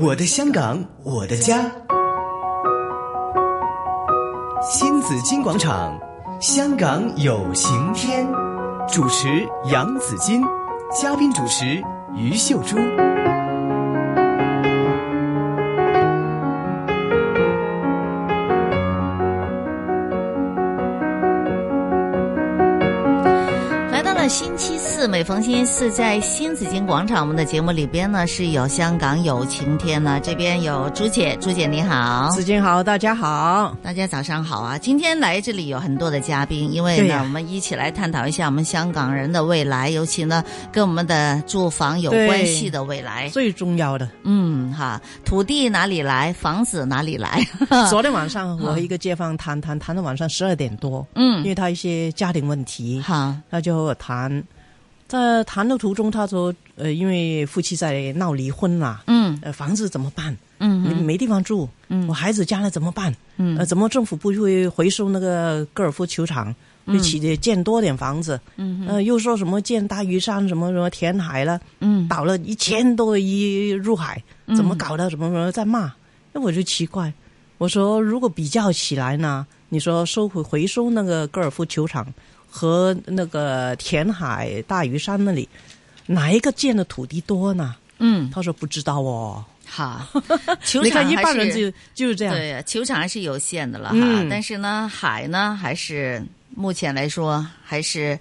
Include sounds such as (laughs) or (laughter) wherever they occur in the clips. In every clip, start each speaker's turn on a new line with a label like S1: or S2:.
S1: 我的香港，我的家。新紫金广场，香港有晴天。主持杨紫金，嘉宾主持于秀珠。
S2: 来到了星期四，每逢星期四在新紫金广场，我们的节目里边呢是有香港有晴天呢，这边有朱姐，朱姐你好，
S3: 子敬好，大家好。
S2: 大家早上好啊！今天来这里有很多的嘉宾，因为
S3: 对
S2: 呢，
S3: 呀
S2: 我们一起来探讨一下我们香港人的未来，尤其呢跟我们的住房有
S3: 对
S2: 关系的未来。
S3: 最重要的，
S2: 嗯，哈，土地哪里来，房子哪里来？
S3: 昨天晚上我和一个街坊谈谈谈到晚上十二点多，因
S2: 嗯，
S3: 为他一些家庭问题，
S2: 好，
S3: 他就和我谈。在谈的途中，他说：“呃，因为夫妻在闹离婚啦，
S2: 嗯
S3: 呃，房子怎么办？
S2: 嗯
S3: 你
S2: 嗯
S3: 没地方住，
S2: 嗯
S3: 我孩子将来怎么办？
S2: 嗯
S3: 呃，怎么政府不会回收那个高尔夫球场，一起建多点房子？
S2: 嗯
S3: 呃，又说什么建大屿山，什么什么填海了，
S2: 嗯
S3: 倒了一千多亿入海，怎么搞的？怎么怎么在骂？那我就奇怪，我说如果比较起来呢，你说收回回收那个高尔夫球场和那个填海大屿山那里，哪一个建的土地多呢？
S2: 嗯，
S3: 他说不知道哦。
S2: 好，球
S3: 你
S2: 场
S3: 看一
S2: 还
S3: 般人
S2: 是
S3: 就就是这样，
S2: 对，球场还是有限的了哈。
S3: 嗯
S2: 但是呢，海呢，还是目前来说还是。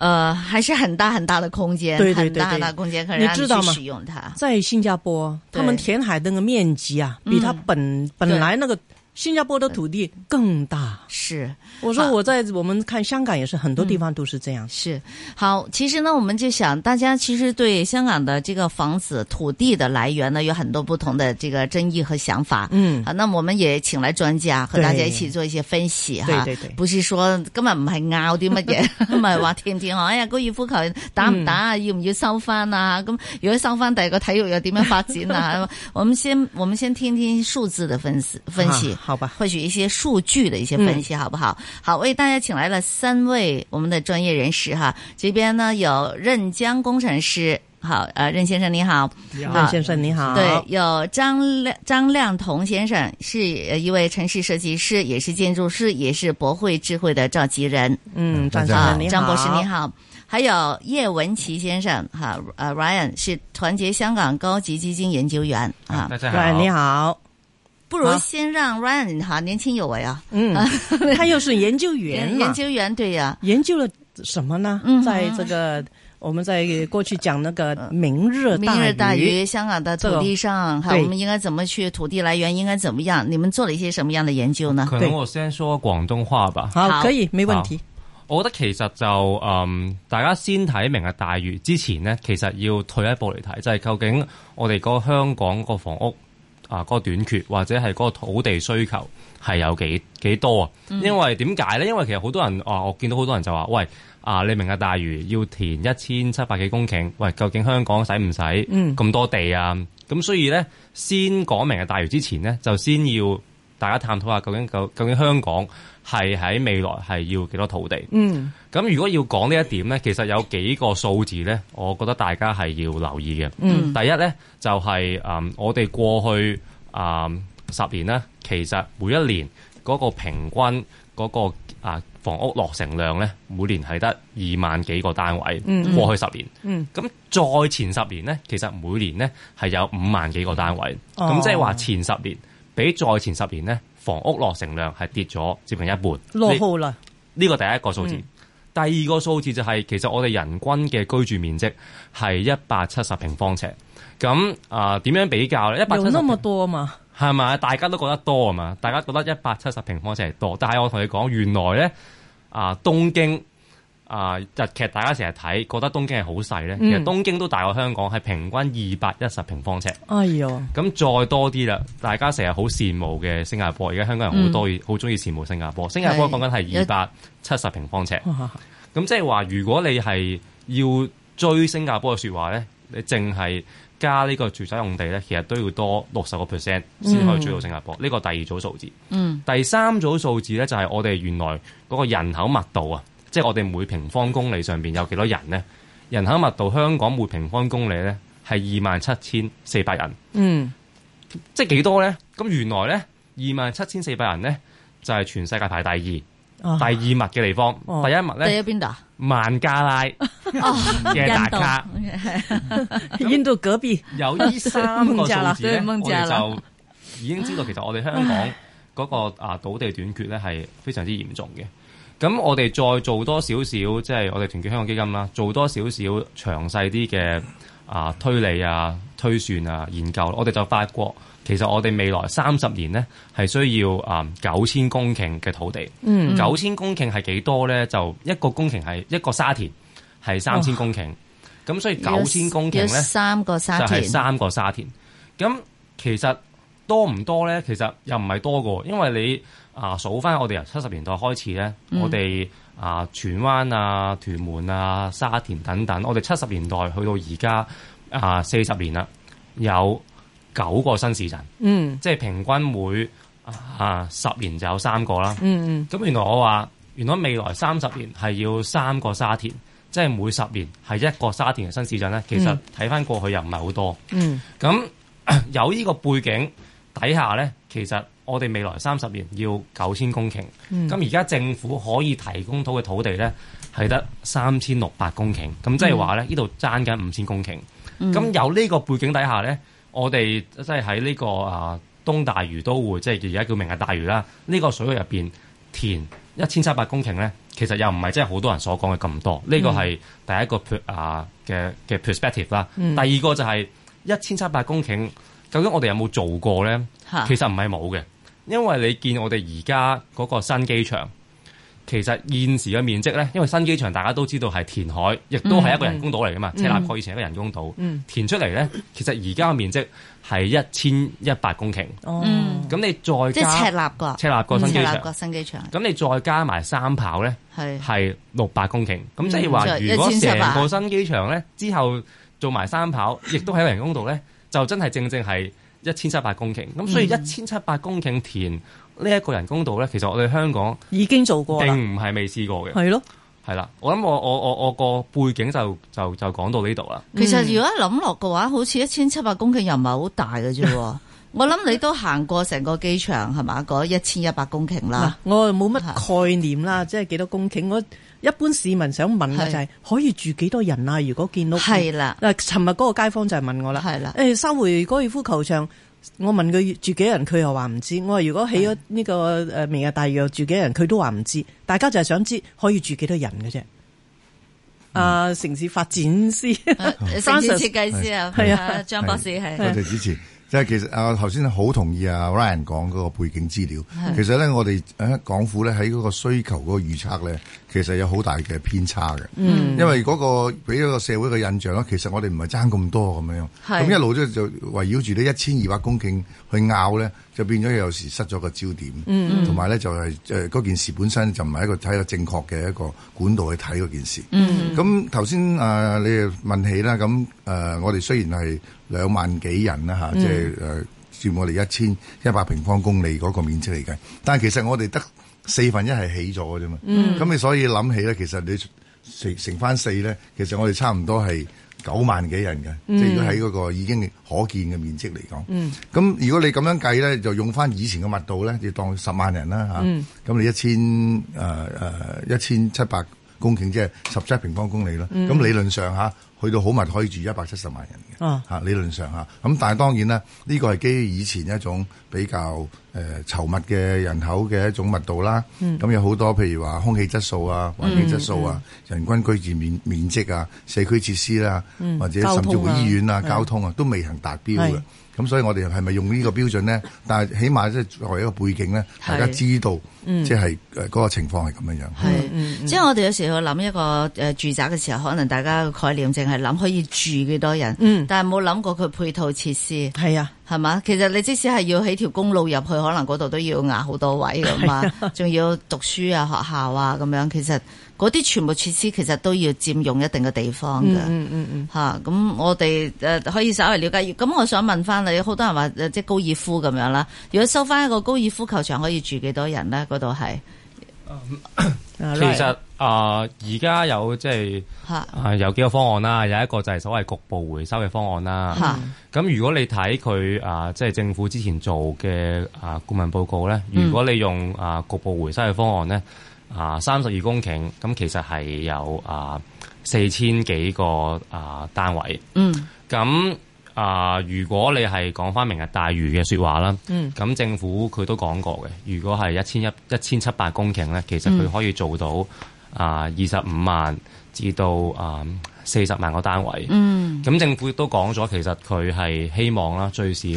S2: 呃，还是很大很大的空间，
S3: 对对
S2: 很大
S3: 对对
S2: 很大空间，可以
S3: 你
S2: 让
S3: 知道
S2: 去
S3: 吗
S2: 使用它。
S3: 在新加坡，
S2: 对
S3: 他们填海的那个面积啊，比他本、本来那个新加坡的土地更大。
S2: 是
S3: 我
S2: 啊
S3: 说我在我们看香港也是很多地方都是这样。
S2: 是，好，其实呢，我们就想，大家其实对香港的这个房子、土地的来源呢，有很多不同的这个争议和想法。
S3: 嗯，
S2: 啊好，那我们也请来專家和
S3: 對
S2: 大家一起做一些分析
S3: 對
S2: 哈。
S3: 對對
S2: 不是說今日唔係拗啲乜嘢，唔係話掂唔掂啊哎呀高爾夫球打唔打啊，要唔要收翻啊？咁如果收翻，第二個體育又點樣發展啊？我們先我們先聽聽數字的分析分析。
S3: 啊好吧。
S2: 或许一些数据的一些分析，好不好？好，为大家请来了三位我们的专业人士哈，这边呢有任江工程师，好，呃，任先生你好，
S3: 任先生你好，
S2: 啊对，有张亮张亮同先生是呃一位城市设计师，也是建筑师，也是博汇智慧的召集人
S3: 嗯，张先
S2: 啊
S3: 生你，好，
S2: 张博士你，好。还有叶文琪先生哈，呃，Ryan 是团结香港高级基金研究员啊
S4: 大。
S3: 对，
S4: 家好，
S3: 哎你好，
S2: 不如
S3: 好
S2: 先让 Ryan 哈，年轻有为啊，
S3: 嗯， (laughs) 他又是研究
S2: 研
S3: 员
S2: (laughs)
S3: 嘛
S2: 研究员对呀、
S3: 研究了什么呢
S2: 嗯？
S3: 在这个我们在过去讲那个明日
S2: 明日大
S3: 鱼，
S2: 于香港的
S3: 这
S2: 土
S3: 个
S2: 地上，哈，
S3: 对
S2: 我们应该怎么去？土地来源应该怎么样？你们做了一些什么样的研究呢？
S4: 可能我先说廣東話吧。
S2: 好
S3: 好，可以，没问题，
S4: 我覺得其實就嗯，大家先睇明日大嶼之前呢，其實要退一步嚟睇，就係、究竟我哋個香港個房屋啊，嗰、個短缺或者係嗰個土地需求係有幾幾多啊？因為點解呢？因為其實好多人啊，我見到好多人就話：喂啊，你明日大嶼要填一千七百幾公頃，喂，究竟香港使唔使
S3: 嗯
S4: 咁多地啊？咁所以呢，先講明日大嶼之前呢，就先要大家探討下究竟究究竟香港係喺未來係要幾多土地？
S3: 嗯，
S4: 咁如果要講呢一點呢，其實有幾個數字呢，我覺得大家係要留意嘅。
S2: 嗯
S4: 第一呢，就係、嗯我哋過去啊、嗯十年呢，其實每一年嗰個平均嗰、個啊房屋落成量呢，每年係得二萬幾個單位。
S3: 嗯
S4: 過去十年，
S3: 嗯
S4: 咁再前十年呢，其實每年呢係有五萬幾個單位。
S3: 哦
S4: 咁即係話前十年比再前十年呢，房屋落成量係跌咗接近一半。
S3: 落
S4: 呢
S3: 后了，
S4: 呢個第一個數
S3: 嗯
S4: 字。第二個數字就係、其實我哋人均嘅居住面積係一百七十平方尺。咁啊點樣比較咧？一百七
S3: 有
S4: 十
S3: 那么多嘛？
S4: 係咪？大家都覺得多啊嘛，大家覺得一百七十平方尺係多，但係我同你講，原來咧啊東京。啊！日劇大家成日睇，覺得東京係好細咧。其實
S3: 嗯
S4: 東京都大過香港，係平均二百一十平方尺。
S3: 哎呦，
S4: 咁再多啲啦，大家成日好羨慕嘅新加坡，而家香港人好
S3: 嗯
S4: 多好中意羨慕新加坡。新加坡講緊係二百七十平方尺。咁即係話，如果你係要追新加坡嘅説話咧，你淨係加呢個住宅用地咧，其實都要多六十個 percent 先可以追到新加坡。呢個第二組數字，
S2: 嗯
S4: 第三組數字咧就係我哋原來嗰個人口密度啊，即係我哋每平方公里上邊有幾多人咧？人口密度香港每平方公里咧係二萬七千四百人，
S3: 嗯，
S4: 即係幾多咧？咁原來咧，二萬七千四百人咧就係、全世界排第二，第
S3: 啊
S4: 二密嘅地方，
S3: 哦
S4: 第一密
S2: 第一
S4: 咧
S2: 邊度啊？
S4: 孟加拉嘅達卡。
S3: 印度隔壁
S4: 有呢三個數字咧，我
S2: 孟加
S4: 哋
S2: 拉
S4: 就已經知道其實我哋香港嗰個啊土地短缺咧係非常之嚴重嘅。咁我哋再做多少少，即係我哋團結香港基金啦，做多少少詳細啲嘅啊推理啊、推算啊、研究，我哋就發覺其實我哋未來三十年呢係需要啊九千公頃嘅土地。嗯，九千公頃係幾多咧？就一個公頃係一個沙田係三千公頃，咁所以九千公頃
S2: 要
S4: 咧。
S2: 三個沙
S4: 就係
S2: 田，
S4: 三個沙田。咁其實多唔多咧？其實又唔係多嘅喎，因為你啊數翻我哋由七十年代開始咧，
S2: 嗯
S4: 我哋啊荃灣啊、屯門啊、沙田等等，我哋七十年代去到而家啊四十年啦，有九個新市鎮，
S3: 嗯
S4: 即係平均每啊十年就有三個啦。
S3: 嗯
S4: 咁原來我話，原來未來三十年係要三個沙田，即係每十年係一個沙田嘅新市鎮咧。其實
S2: 嗯
S4: 睇翻過去又唔係好多。
S3: 嗯
S4: 咁 (clears throat) 有呢個背景底下咧，其實我哋未來三十年要九千公頃。咁而家政府可以提供到嘅土地咧，係得三千六百公頃。咁即係話咧，呢度爭緊五千公頃。咁、有呢個背景底下咧，我哋即係喺呢個啊東大嶼都會，即係而家叫明日大嶼啦，呢、個水域入邊填一千七百公頃咧，其實又唔係真係好多人所講嘅咁多。呢個係第一個 per- 啊嘅嘅 perspective 啦。第二個就係一千七百公頃，究竟我哋有冇做過咧？
S2: 嚇
S4: 其實唔係冇嘅，因為你見我哋而家嗰個新機場，其實現時嘅面積咧，因為新機場大家都知道係填海，亦都係一個人工島嚟噶
S2: 嗯
S4: 嘛，赤鱲角以前係一個人工島，
S3: 嗯
S4: 填出嚟咧，其實而家嘅面積係一千一百公頃，
S3: 哦
S2: 嗯
S4: 咁你
S2: 即
S4: 再
S2: 係
S4: 加
S2: 赤鱲角，嗯
S4: 赤鱲角新機
S2: 赤
S4: 場
S2: 鱲角，新機場
S4: 咁你再加埋三跑咧。
S2: 係
S4: 係六百公頃，咁即係話
S2: 嗯
S4: 如果
S2: 即係
S4: 成個
S2: 1700
S4: 新機場咧之後做埋三跑，亦都喺人工度咧，就真係正正係一千七百公頃。咁所以
S3: 嗯
S4: 一千七百公頃填呢一個人工度咧，其實我哋香港
S3: 已經做過啦，
S4: 並唔係未試過嘅，
S3: 係咯，
S4: 係啦。我諗我我我我個背景就就就講到呢度啦。
S2: 其實如果諗落嘅話，好似一千七百公頃又唔係好大嘅啫喎。 (laughs) 我諗你都行過成個機場係嘛？嗰一千一百公頃
S3: 嗱
S2: 啦，，
S3: 我冇
S2: 啊
S3: 乜概念啦，即係幾多公頃？我一般市民想問嘅
S2: 係
S3: 就係可以住幾多人啊？如果建屋
S2: 係
S3: (laughs)
S2: 啦，
S3: 嗱，尋日嗰個街坊就係問我啦，
S2: 係啦
S3: 誒收回高爾夫球場，我問佢住幾人，佢又話唔知。我話如果起咗呢個誒明日大嶼又住幾人，佢都話唔知。大家就係想知可以住幾多人嘅啫。
S2: 嗯
S3: 啊，城市發展師
S2: 誒城市
S3: Francis，
S2: 設計師啊，
S3: 係啊嗯
S2: 啊張博士
S5: 多
S2: 係
S5: 謝主持。即係其實啊，我頭先好同意啊 Ryan 講嗰個背景資料。其實咧，我哋誒港府咧喺嗰個需求嗰個預測咧，其實有好大嘅偏差嘅。嗯，因為嗰、個俾咗個社會嘅印象咧，其實我哋唔係爭咁多咁樣。
S2: 係
S5: 咁一路咧就圍繞住呢一千二百公頃去拗咧，就變咗有時失咗個焦點。
S2: 嗯
S5: 同埋咧就係誒嗰件事本身就唔係一個睇個正確嘅一個管道去睇嗰件事。咁頭先誒你哋問起啦，咁誒、呃我哋雖然係兩萬幾人啦嚇，即係誒佔我哋一千一百平方公里嗰個面積嚟嘅，但係其實我哋得四分一係起咗嘅啫嘛。咁你、所以諗起咧，其實你乘乘翻四咧，其實我哋差唔多係九萬幾人嘅，即係如果喺嗰個已經可見嘅面積嚟講。咁如果你咁樣計咧，就用翻以前嘅密度咧，就當十萬人啦嚇。咁、你一千誒誒一千七百公頃，即係十七平方公里啦。咁、理論上嚇，去到好密可以住一百七十萬人嘅。
S3: 啊
S5: 嚇理論上嚇，咁但係當然啦，呢個係基於以前一種比較誒稠密嘅人口嘅一種密度啦。咁、有好多譬如話空氣質素啊、環境質素啊、人均居住面面積啊、社區設施啦、或者甚至乎醫院啊、交通啊，都未能達標
S3: 係
S5: 嘅。咁所以我哋係咪用呢個標準咧？但係起碼即係作為一個背景咧，
S2: 係
S5: 大家知道即係誒嗰個情況係咁樣
S3: 嗯
S5: 樣。
S2: 係，即係我哋有時去諗一個誒住宅嘅時候，可能大家嘅概念淨係諗可以住幾多人，
S3: 嗯
S2: 但係冇諗過佢配套設施。
S3: 係啊，
S2: 係嘛？其實你即使係要起條公路入去，可能嗰度都要捱好多位噶嘛， (laughs) 仲要讀書啊、學校啊咁樣。其實嗰啲全部設施其實都要佔用一定嘅地方嘅。
S3: 嗯嗯嗯，
S2: 吓，咁、我哋誒、呃可以稍微了解。咁我想問翻你，好多人話誒即係高爾夫咁樣啦。如果收翻一個高爾夫球場，可以住幾多人咧？嗰度係
S3: 啊
S4: 其
S3: Ryan
S4: 實啊，而家有即係
S2: 吓
S4: 啊有幾個方案啦，有一個就係所謂局部回收嘅方案啦。
S2: 吓
S4: 咁如果你睇佢啊，即係政府之前做嘅啊顧問報告咧，如果你用啊局部回收嘅方案咧，啊三十二公頃，咁其實係有啊四千幾個啊單位。
S2: 嗯
S4: 咁啊、如果你係講翻明日大嶼嘅説話啦，咁、
S3: 嗯
S4: 政府佢都講過嘅，如果係一千一一千七百公頃咧，其實佢可以做到啊二十五萬至到啊四十萬個單位。
S2: 嗯
S4: 咁政府亦都講咗，其實佢係希望啦，最少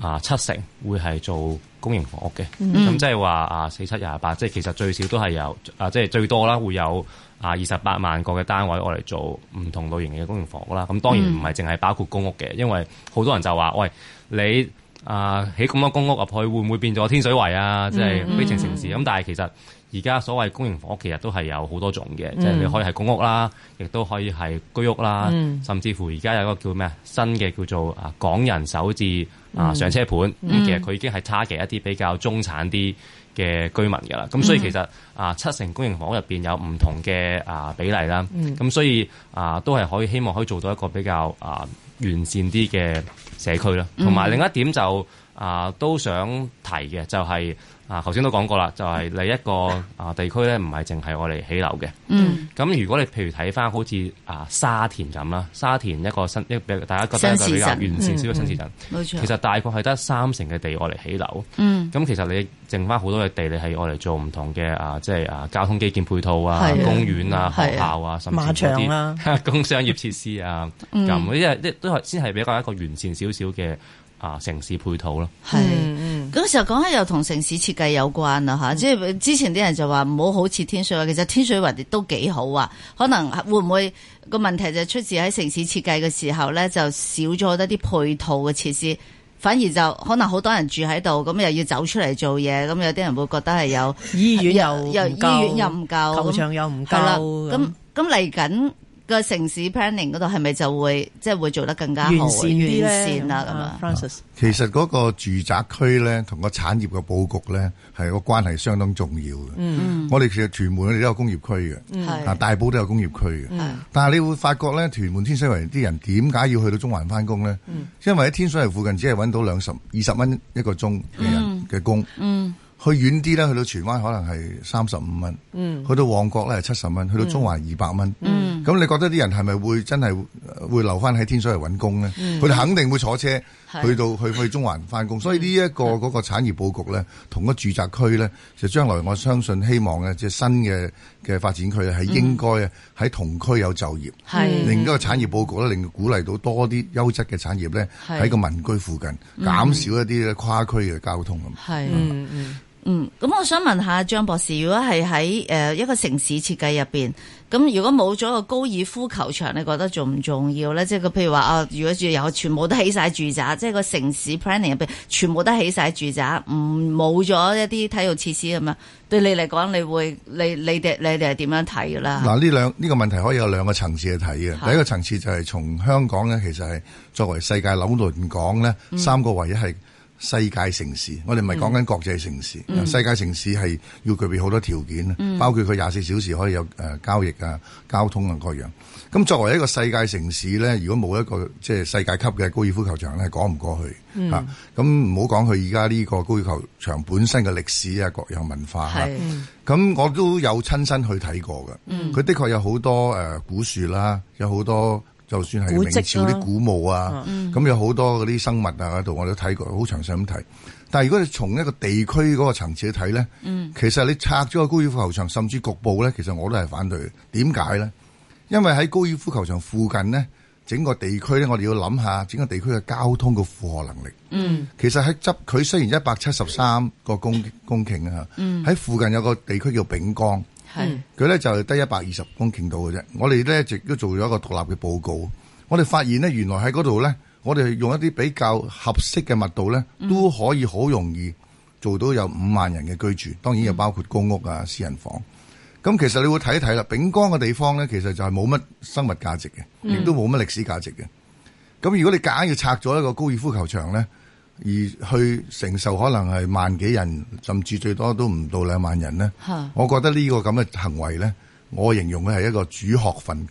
S4: 啊七成會係做公營房屋嘅。咁、即係話啊四七廿八，即係其實最少都係有啊，即係最多啦，會有啊二十八萬個嘅單位我嚟做唔同類型嘅公營房屋啦。咁當然唔係淨係包括公屋嘅，因為好多人就話喂你。啊！起咁多公屋入去，會唔會變咗天水圍啊？即係非情城市咁。但係其實而家所謂公營房屋其實都係有好多種嘅，即係你可以係公屋啦，亦都可以係居屋啦，甚至乎而家有一個叫咩啊新嘅叫做啊港人首置啊上車盤，咁、其實佢已經係 target 一啲比較中產啲嘅居民㗎啦。咁所以其實啊七成公營房屋入邊有唔同嘅啊比例啦，咁、所以啊都係可以希望可以做到一個比較啊完善啲嘅社區啦。同埋另一點就啊都想提嘅就係、啊，頭先都講過啦，就係、你一個啊地區咧，唔係淨係我哋起樓嘅。
S2: 嗯，
S4: 咁如果你譬如睇翻好似啊沙田咁啦，沙田一個新一個大家覺得一個比較完善少嘅新市嗯鎮，
S2: 嗯冇錯
S4: 其，實大概係得三成嘅地我嚟起樓。
S2: 嗯
S4: 咁其實你剩翻好多嘅地，你係我嚟做唔同嘅啊，即係啊交通基建配套啊
S2: 係啊、
S4: 公園啊、
S2: 係啊
S4: 學校啊，甚至
S3: 馬
S4: 嗰
S3: 場
S4: 啲 (laughs)
S3: 啦
S4: 工商業設施啊，
S2: 嗯
S4: 咁呢啲都係先係比較一個完善少少嘅啊城市配套咯。
S2: 係。
S3: 嗯
S2: 咁時候講起又同城市設計有關啦吓，即係之前啲人就話唔好好似天水圍，其實天水圍都幾好啊。可能會唔會個問題就出自喺城市設計嘅時候咧，就少咗好多啲配套嘅設施，反而就可能好多人住喺度，咁又要走出嚟做嘢，咁有啲人會覺得係有
S3: 醫院又
S2: 又
S3: 唔
S2: 醫
S3: 夠
S2: 院又唔夠，
S3: 球
S2: 咁
S3: 場又唔
S2: 係啦，
S3: 夠，
S2: 咁咁嚟緊個城市 planning 嗰度係咪就會即係會做得更加好
S3: 完善啲咧
S2: 完善啦咁樣？啊
S3: Francis，
S5: 其實嗰個住宅區咧，同個產業嘅佈局咧，係個關係相當重要嘅。嗯，我哋其實屯門我哋都有工業區嘅，啊
S2: 係
S5: 大埔都有工業區嘅。
S2: 係
S5: 但係你會發覺咧，屯門天水圍啲人點解要去到中環翻工咧？因為喺天水圍附近只係揾到兩十二十蚊一個鐘嘅人嘅工。嗯，去遠啲咧，去到荃灣可能係三十五蚊。嗯，去到旺角咧係七十蚊，去到中環二百蚊。嗯，咁你覺得啲人係咪會真係呃會留翻喺天水圍揾工咧？佢哋肯定會坐車
S2: 係
S5: 去到去去中環翻工，所以呢一個嗰個產業佈局咧，同個住宅區咧，就將來我相信希望嘅即係新嘅嘅發展區咧，係應該啊喺同區有就業。
S3: 嗯
S2: 係
S5: 另一個產業佈局咧，令鼓勵到多啲優質嘅產業咧
S2: 係
S5: 喺個民居附近，減少一啲咧跨區嘅交通咁。
S2: 係。
S3: 嗯嗯，
S2: 嗯，咁我想問下張博士，如果係喺誒一個城市設計入邊，咁如果冇咗個高爾夫球場，你覺得重唔重要咧？即係佢譬如話啊，如果住有全部都起晒住宅，即係個城市 planning 入邊全部都起晒住宅，唔冇咗一啲體育設施咁樣，對你嚟講，你會你你哋你哋係點樣睇㗎啦？
S5: 嗯嗱，呢兩呢個問題可以有兩個層次去睇嘅。
S2: 係
S5: 第一個層次就係從香港咧，其實係作為世界紐倫港咧，三個唯一係世界城市。我哋唔係講緊國際城市，世界城市係要具備好多條件，啊包括佢廿四小時可以有誒、呃交易啊、交通啊各樣。咁作為一個世界城市咧，如果冇一個即係世界級嘅高爾夫球場咧，講唔過去嚇。咁唔好講佢而家呢個高爾夫球場本身嘅歷史啊、各樣文化啊
S2: 係
S5: 咁我都有親身去睇過嘅，佢、
S3: 嗯
S5: 的確有好多誒、呃古樹啦，有好多就算係
S3: 古
S5: 明
S3: 蹟啦嗯
S5: 朝啲古墓啊，咁、有好多嗰啲生物啊嗰度，我都睇過，好詳細咁睇。但係如果你從一個地區嗰個層次去睇咧，
S3: 嗯
S5: 其實你拆咗個高爾夫球場，甚至局部咧，其實我都係反對嘅。點解咧？因為喺高爾夫球場附近呢，整個地區咧，我哋要諗下整個地區嘅交通嘅負荷能力。嗯，其實喺執佢雖然一百七十三個公公頃啊，喺附近有個地區叫丙江，
S2: 係
S5: 佢咧就係得一百二十公頃度嘅啫。我哋咧亦都做咗一個獨立嘅報告，我哋發現呢，原來喺嗰度咧，我哋用一啲比較合適嘅密度咧，都可以好容易做到有五萬人嘅居住，當然又包括公屋啊、私人房。咁其實你會睇一睇啦，丙江嘅地方咧，其實就係冇乜生物價值
S2: 嗯
S5: 嘅，亦都冇乜歷史價值嘅。咁如果你夾硬要拆咗一個高爾夫球場咧，而去承受可能係萬幾人，甚至最多都唔到兩萬人咧。
S2: 嚇
S5: 我覺得呢個咁嘅行為咧，我形容佢係一個主學訓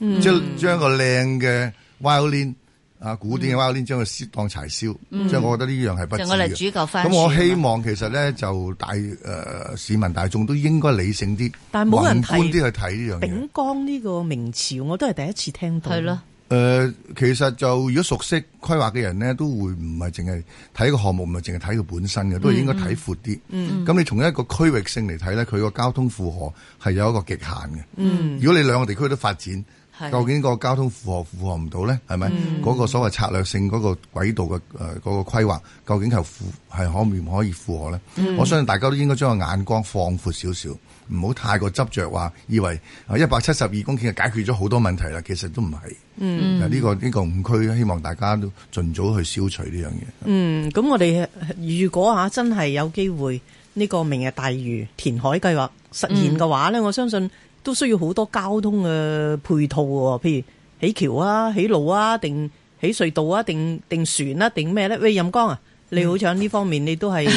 S2: 嗯
S5: 琴，即係將個靚嘅 violin 啊，古典嘅 violin 將佢燒當柴燒，即係我覺得呢樣係不
S2: 嗯
S5: 智
S2: 就我哋
S5: 嘅。
S2: 主教翻
S5: 咁我希
S2: 樹嘛
S5: 望其實咧就大誒、呃市民大眾都應該理性啲，
S3: 但係冇人提
S5: 宏觀啲去睇呢樣嘢。
S3: 丙光啊呢個名詞我都係第一次聽到。
S2: 係咯，
S5: 誒、呃其實就如果熟悉規劃嘅人咧，都會唔係淨係睇個項目，唔係淨係睇佢本身嘅，都係應該睇闊啲。咁、你從一個區域性嚟睇咧，佢個交通負荷係有一個極限嘅。如果你兩個地區都發展，
S2: 係
S5: 究竟個交通負荷負荷唔到咧，係咪？嗰、個所謂策略性嗰個軌道嘅誒嗰個規劃，究竟係負係可唔可以負荷咧？我相信大家都應該將個眼光放闊少少，唔好太過執着話，以為一百七十二公頃就解決咗好多問題啦，其實都唔係。嗯，呢、個呢、個誤區，希望大家都盡早去消除呢樣嘢。
S3: 嗯，咁我哋如果吓真係有機會呢、個明日大嶼填海計劃實現嘅話咧，
S2: 嗯
S3: 我相信都需要好多交通嘅配套喎，譬如起橋啊、起路啊、定起隧道啊、定定船啊、定咩咧？喂，任光啊，
S2: (laughs)
S3: 你好似喺呢方面你都係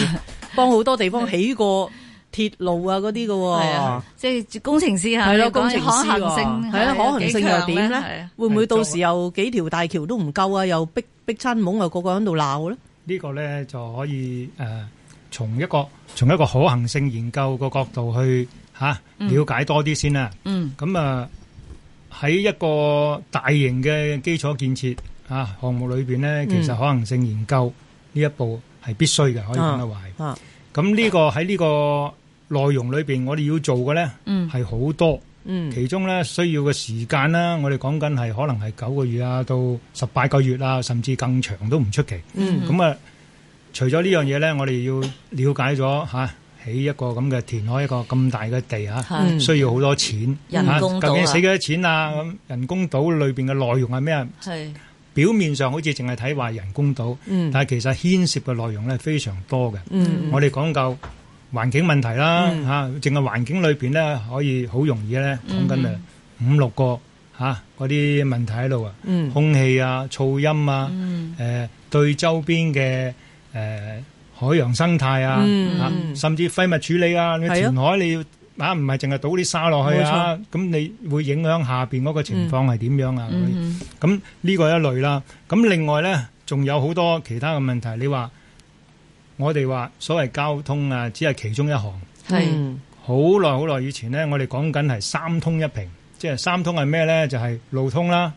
S3: 幫好多地方起過鐵路啊嗰
S2: 係
S3: 啲嘅喎
S2: 啊。，即係工程師嚇，
S3: 係
S2: 啊你
S3: 咯，
S2: 講
S3: 工程師
S2: 可行
S3: 喎
S2: 性
S3: 係啊，可行性又點
S2: 點
S3: 咧？會唔會到時又幾條大橋都唔夠啊？又逼逼親懵啊，個個喺度鬧咧？
S6: 呢個呢就可以誒從一個從一個可行性研究個角度去嚇了解多啲先啦。
S2: 嗯，
S6: 咁啊喺一個大型嘅基礎建設啊項目裏邊呢，其實可行性研究呢一步係必須嘅，可以講得話係。
S3: 啊，
S6: 咁呢個喺呢個內容裏邊，我哋要做嘅呢
S2: 嗯
S6: 係好多，
S3: 嗯。
S6: 其中呢需要嘅時間啦，我哋講緊係可能係九個月啊，到十八個月啊，甚至更長都唔出奇。
S3: 嗯
S6: 咁啊，除咗呢樣嘢呢，我哋要了解咗嚇，起一個咁嘅填海一個咁大嘅地嚇，
S2: 係
S3: 嗯
S6: 需要好多錢。
S2: 人
S6: 嚇
S2: 工島啊
S6: 究竟使幾多錢啊？咁人工島裏邊嘅內容係咩？
S2: 係
S6: 表面上好似淨係睇話人工島，
S3: 嗯
S6: 但係其實牽涉嘅內容呢非常多嘅。
S3: 嗯
S6: 我哋講究環境問題啦
S3: 嗯
S6: 嚇，淨係環境裏邊呢，可以好容易呢講
S3: 嗯
S6: 緊誒啊五六個嚇嗰啲問題喺度啊。
S3: 嗯
S6: 空氣啊、噪音啊、誒、
S2: 嗯
S6: 對周邊嘅誒、呃海洋生態啊，
S3: 嗯
S6: 啊
S3: 嗯
S6: 甚至廢物處理啊，你
S3: 係啊
S6: 填海你要啊，唔係淨係倒啲沙落去啊，咁你會影響下邊嗰個情況係點樣啊？
S2: 嗯
S6: 咁呢個一類啦。咁另外呢，仲有好多其他嘅問題。你話我哋話所謂交通啊，只係其中一項。
S2: 係
S3: 嗯
S6: 好耐好耐以前呢，我哋講緊係三通一平，即係三通係咩呢？就係、路通啦，誒、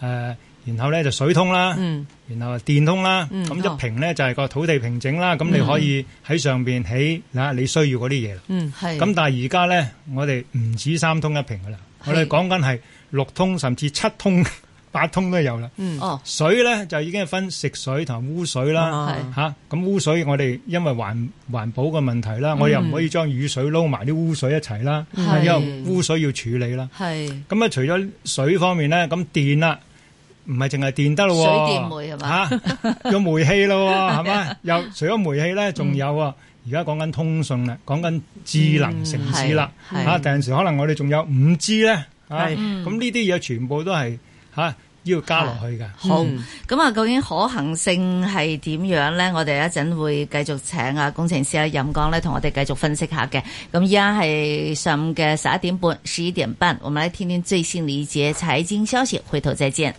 S3: 嗯
S6: 然後呢就水通啦。
S3: 嗯
S6: 然後電通啦，
S3: 嗯
S6: 咁
S2: 哦
S6: 一平呢就係個土地平整啦，咁你可以喺上邊起嗱你需要嗰啲嘢啦。
S3: 嗯
S2: 係
S6: 咁但係而家呢，我哋唔止三通一平噶啦，
S2: 係
S6: 我哋講緊係六通甚至七通、八通都有啦。
S2: 哦
S6: 水呢就已經係分食水同污水啦，
S3: 啊
S2: 嗯
S6: 嚇咁污水我哋因為環環保嘅問題
S2: 嗯
S6: 啦，我又唔可以將雨水撈埋啲污水一齊啦，
S2: 係
S6: 因為污水要處理啦。
S2: 係
S6: 咁啊，除咗水方面咧，咁電啦，唔係淨係電得咯喎，
S2: 水電煤係嘛
S6: 嚇有煤氣咯喎，係咪？又除咗煤氣咧，
S2: 嗯
S6: 仲有啊，而家講緊通訊啦，講緊智能城市啦，
S2: 嗯係
S6: 嚇
S2: 係
S6: 第陣時可能我哋仲有五 G 咧，嚇
S3: 係
S6: 咁呢啲嘢全部都係嚇要加落去嘅。
S2: 好，咁啊，究竟可行性係點樣咧？我哋一陣會繼續請啊工程師啊任光咧，同我哋繼續分析下嘅。咁依家係上午嘅十一點半、十一點半，我們來聽聽最新的一節財經消息，回頭再見。